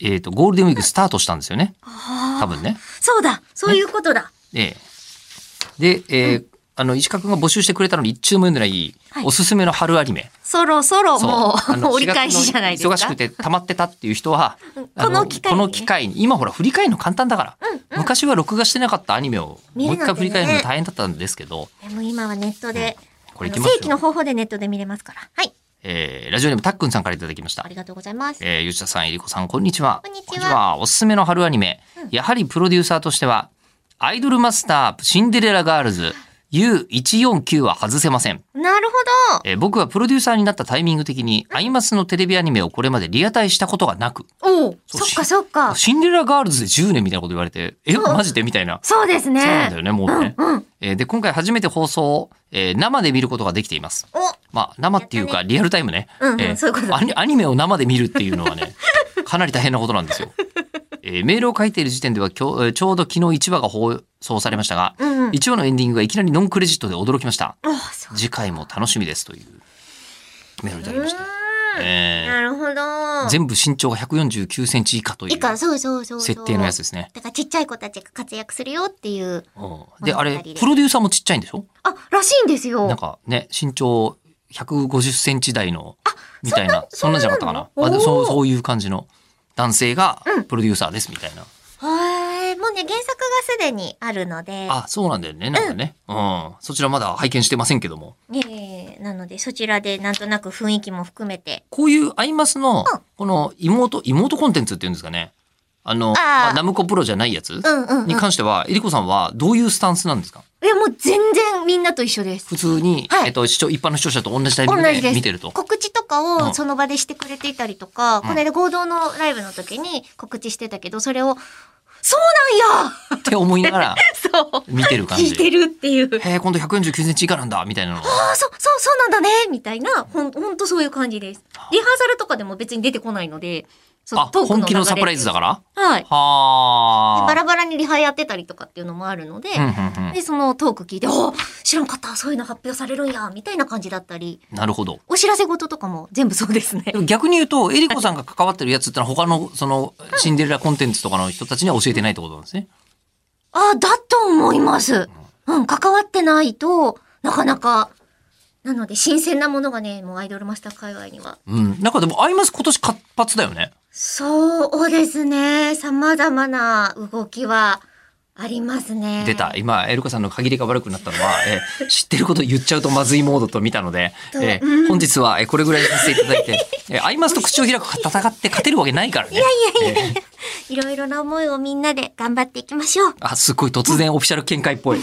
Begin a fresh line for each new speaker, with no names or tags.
えっ、と、ゴールデンウィークスタートしたんですよね。
あー
多分ね。
そうだそういうことだ。
ええで、えーあの、石川くんが募集してくれたのに一注も読んでない、
はい
おすすめの春アニメ。
そろそろも
あ
う
の
折り返しじゃないですか。
忙しくて溜まってたっていう人は、
この機会にね
この機会に、今ほら振り返るの簡単だから、
うんうん
昔は録画してなかったアニメを
見
もう
る
一
なんて
回振り
ね
返るの大変だったんですけど、
でも今はネットで、
これい
あ
き
の
ま
正
す
規の
よ。
方法でネットで見れますから。はい。
えーラジオネームたっくんさんからいただきました
あり。がとうございます。
えー、吉田さん、えりこさん、こんにちは。
こんにちは
おすすめの春アニメ、やはりプロデューサーとしては、アイドルマスター、シンデレラガールズ、U149 は外せません。
なるほ
えー僕はプロデューサーになったタイミング的に、アイマスのテレビアニメをこれまでリアタイしたことがなく、
ど。おお、
そ
そうっかそっか。
シンデレラガールズで10年みたいなこと言われて、え、
うん
マジでみたいな。
そうですね。
そうなんだよね、もうね。
うん。
えーで、今回初めて放送を、えー生で見ることができています。
お、
まあ、生っていう
や
か、リアルタイムね。
うんうん
えー
そういうことね
アニアニメを生で見るっていうのは ね、かなり大変なことなんですよ。えーメールを書いている時点では、きょえーちょうど昨日1話が放送されましたが、
うんうん。
1話のエンディングがいきなりノンクレジットで驚きました。
おそう。
次回も楽しみですというメールをいただきました。
うーん
えー
なるほど。
全部身長が149センチ以下とい
以
う
下、そうそうそうそう。
設定のやつ。ですね。
だからちっちゃい子たちが活躍するよっていう。
うんで、
物
あ
語で
れ、プロデューサーもちっちゃいんでしょ
あ、らしいんですよ。
なんかね、身長150センチ台の、みたいな、そんなんじゃなかったかな。
そんな
ま
の
あ、そう、
おー
そういう感じの男性がプロデューサーですみたいな。
はい。もうね、原作がすでにあるので。
あ、そうなんだよね、なんかね。うん。そちらまだ拝見してませんけども。
ねえ、なので、そちらでなんとなく雰囲気も含めて。
こういうアイマスの
うん、
この妹、妹コンテンツっていうんですかね。あの、まあナムコプロじゃないやつ
うんうん、うん。
に関しては、えりこさんはどういうスタンスなんですか
いや、もう全然みんなと一緒です。
普通に、
はい
えっと、視聴、一般の視聴者と同じタイミ
同
ング
じ
で
です。
見てると。
告知とかをその場でしてくれていたりとか、この間合同のライブの時に告知してたけど、それを、そうなんや
って思いながら
そう
見てる感じ。
聞いてるっていう。
へえ、今度149センチ以下なんだ、みたいなのが。
ああ、そう、そう、そうなんだねみたいな、ほん、ほんとそういう感じです。リハーサルとかでも別に出てこないので、そう
あ、本気のサプライズだ
か
から
ら。はい。で
はあ。
バラバラにリハやってたりとかっていうのもあるので、
うんうんうん
で、そのトーク聞いて、おー知らんかった、そういうの発表されるんや、みたいな感じだったり、
なるほど。
お知らせ事とかも全部そうですね。
でも逆に言うと、エリコさんが関わってるやつってのは他の、その、シンデレラコンテンツとかの人たちには教えてないってことなんですね。
あ、だと思います。うん、関わってないと、なかなか。なので、新鮮なものがね、もうアイドルマスター界隈には。
うん。なんかでも、アイマス今年活発だよね。
そうですね。様々な動きはありますね。
出た。今、エリコさんの限りが悪くなったのは、えー知ってること言っちゃうとまずいモードと見たので、
そう
えー本日はえーこれぐらいにさせていただいて、えーアイマスと口を開く戦って勝てるわけないからね。いやいやいや
いろいろな思いをみんなで頑張っていきましょう。
あ、すごい突然オフィシャル見解っぽい。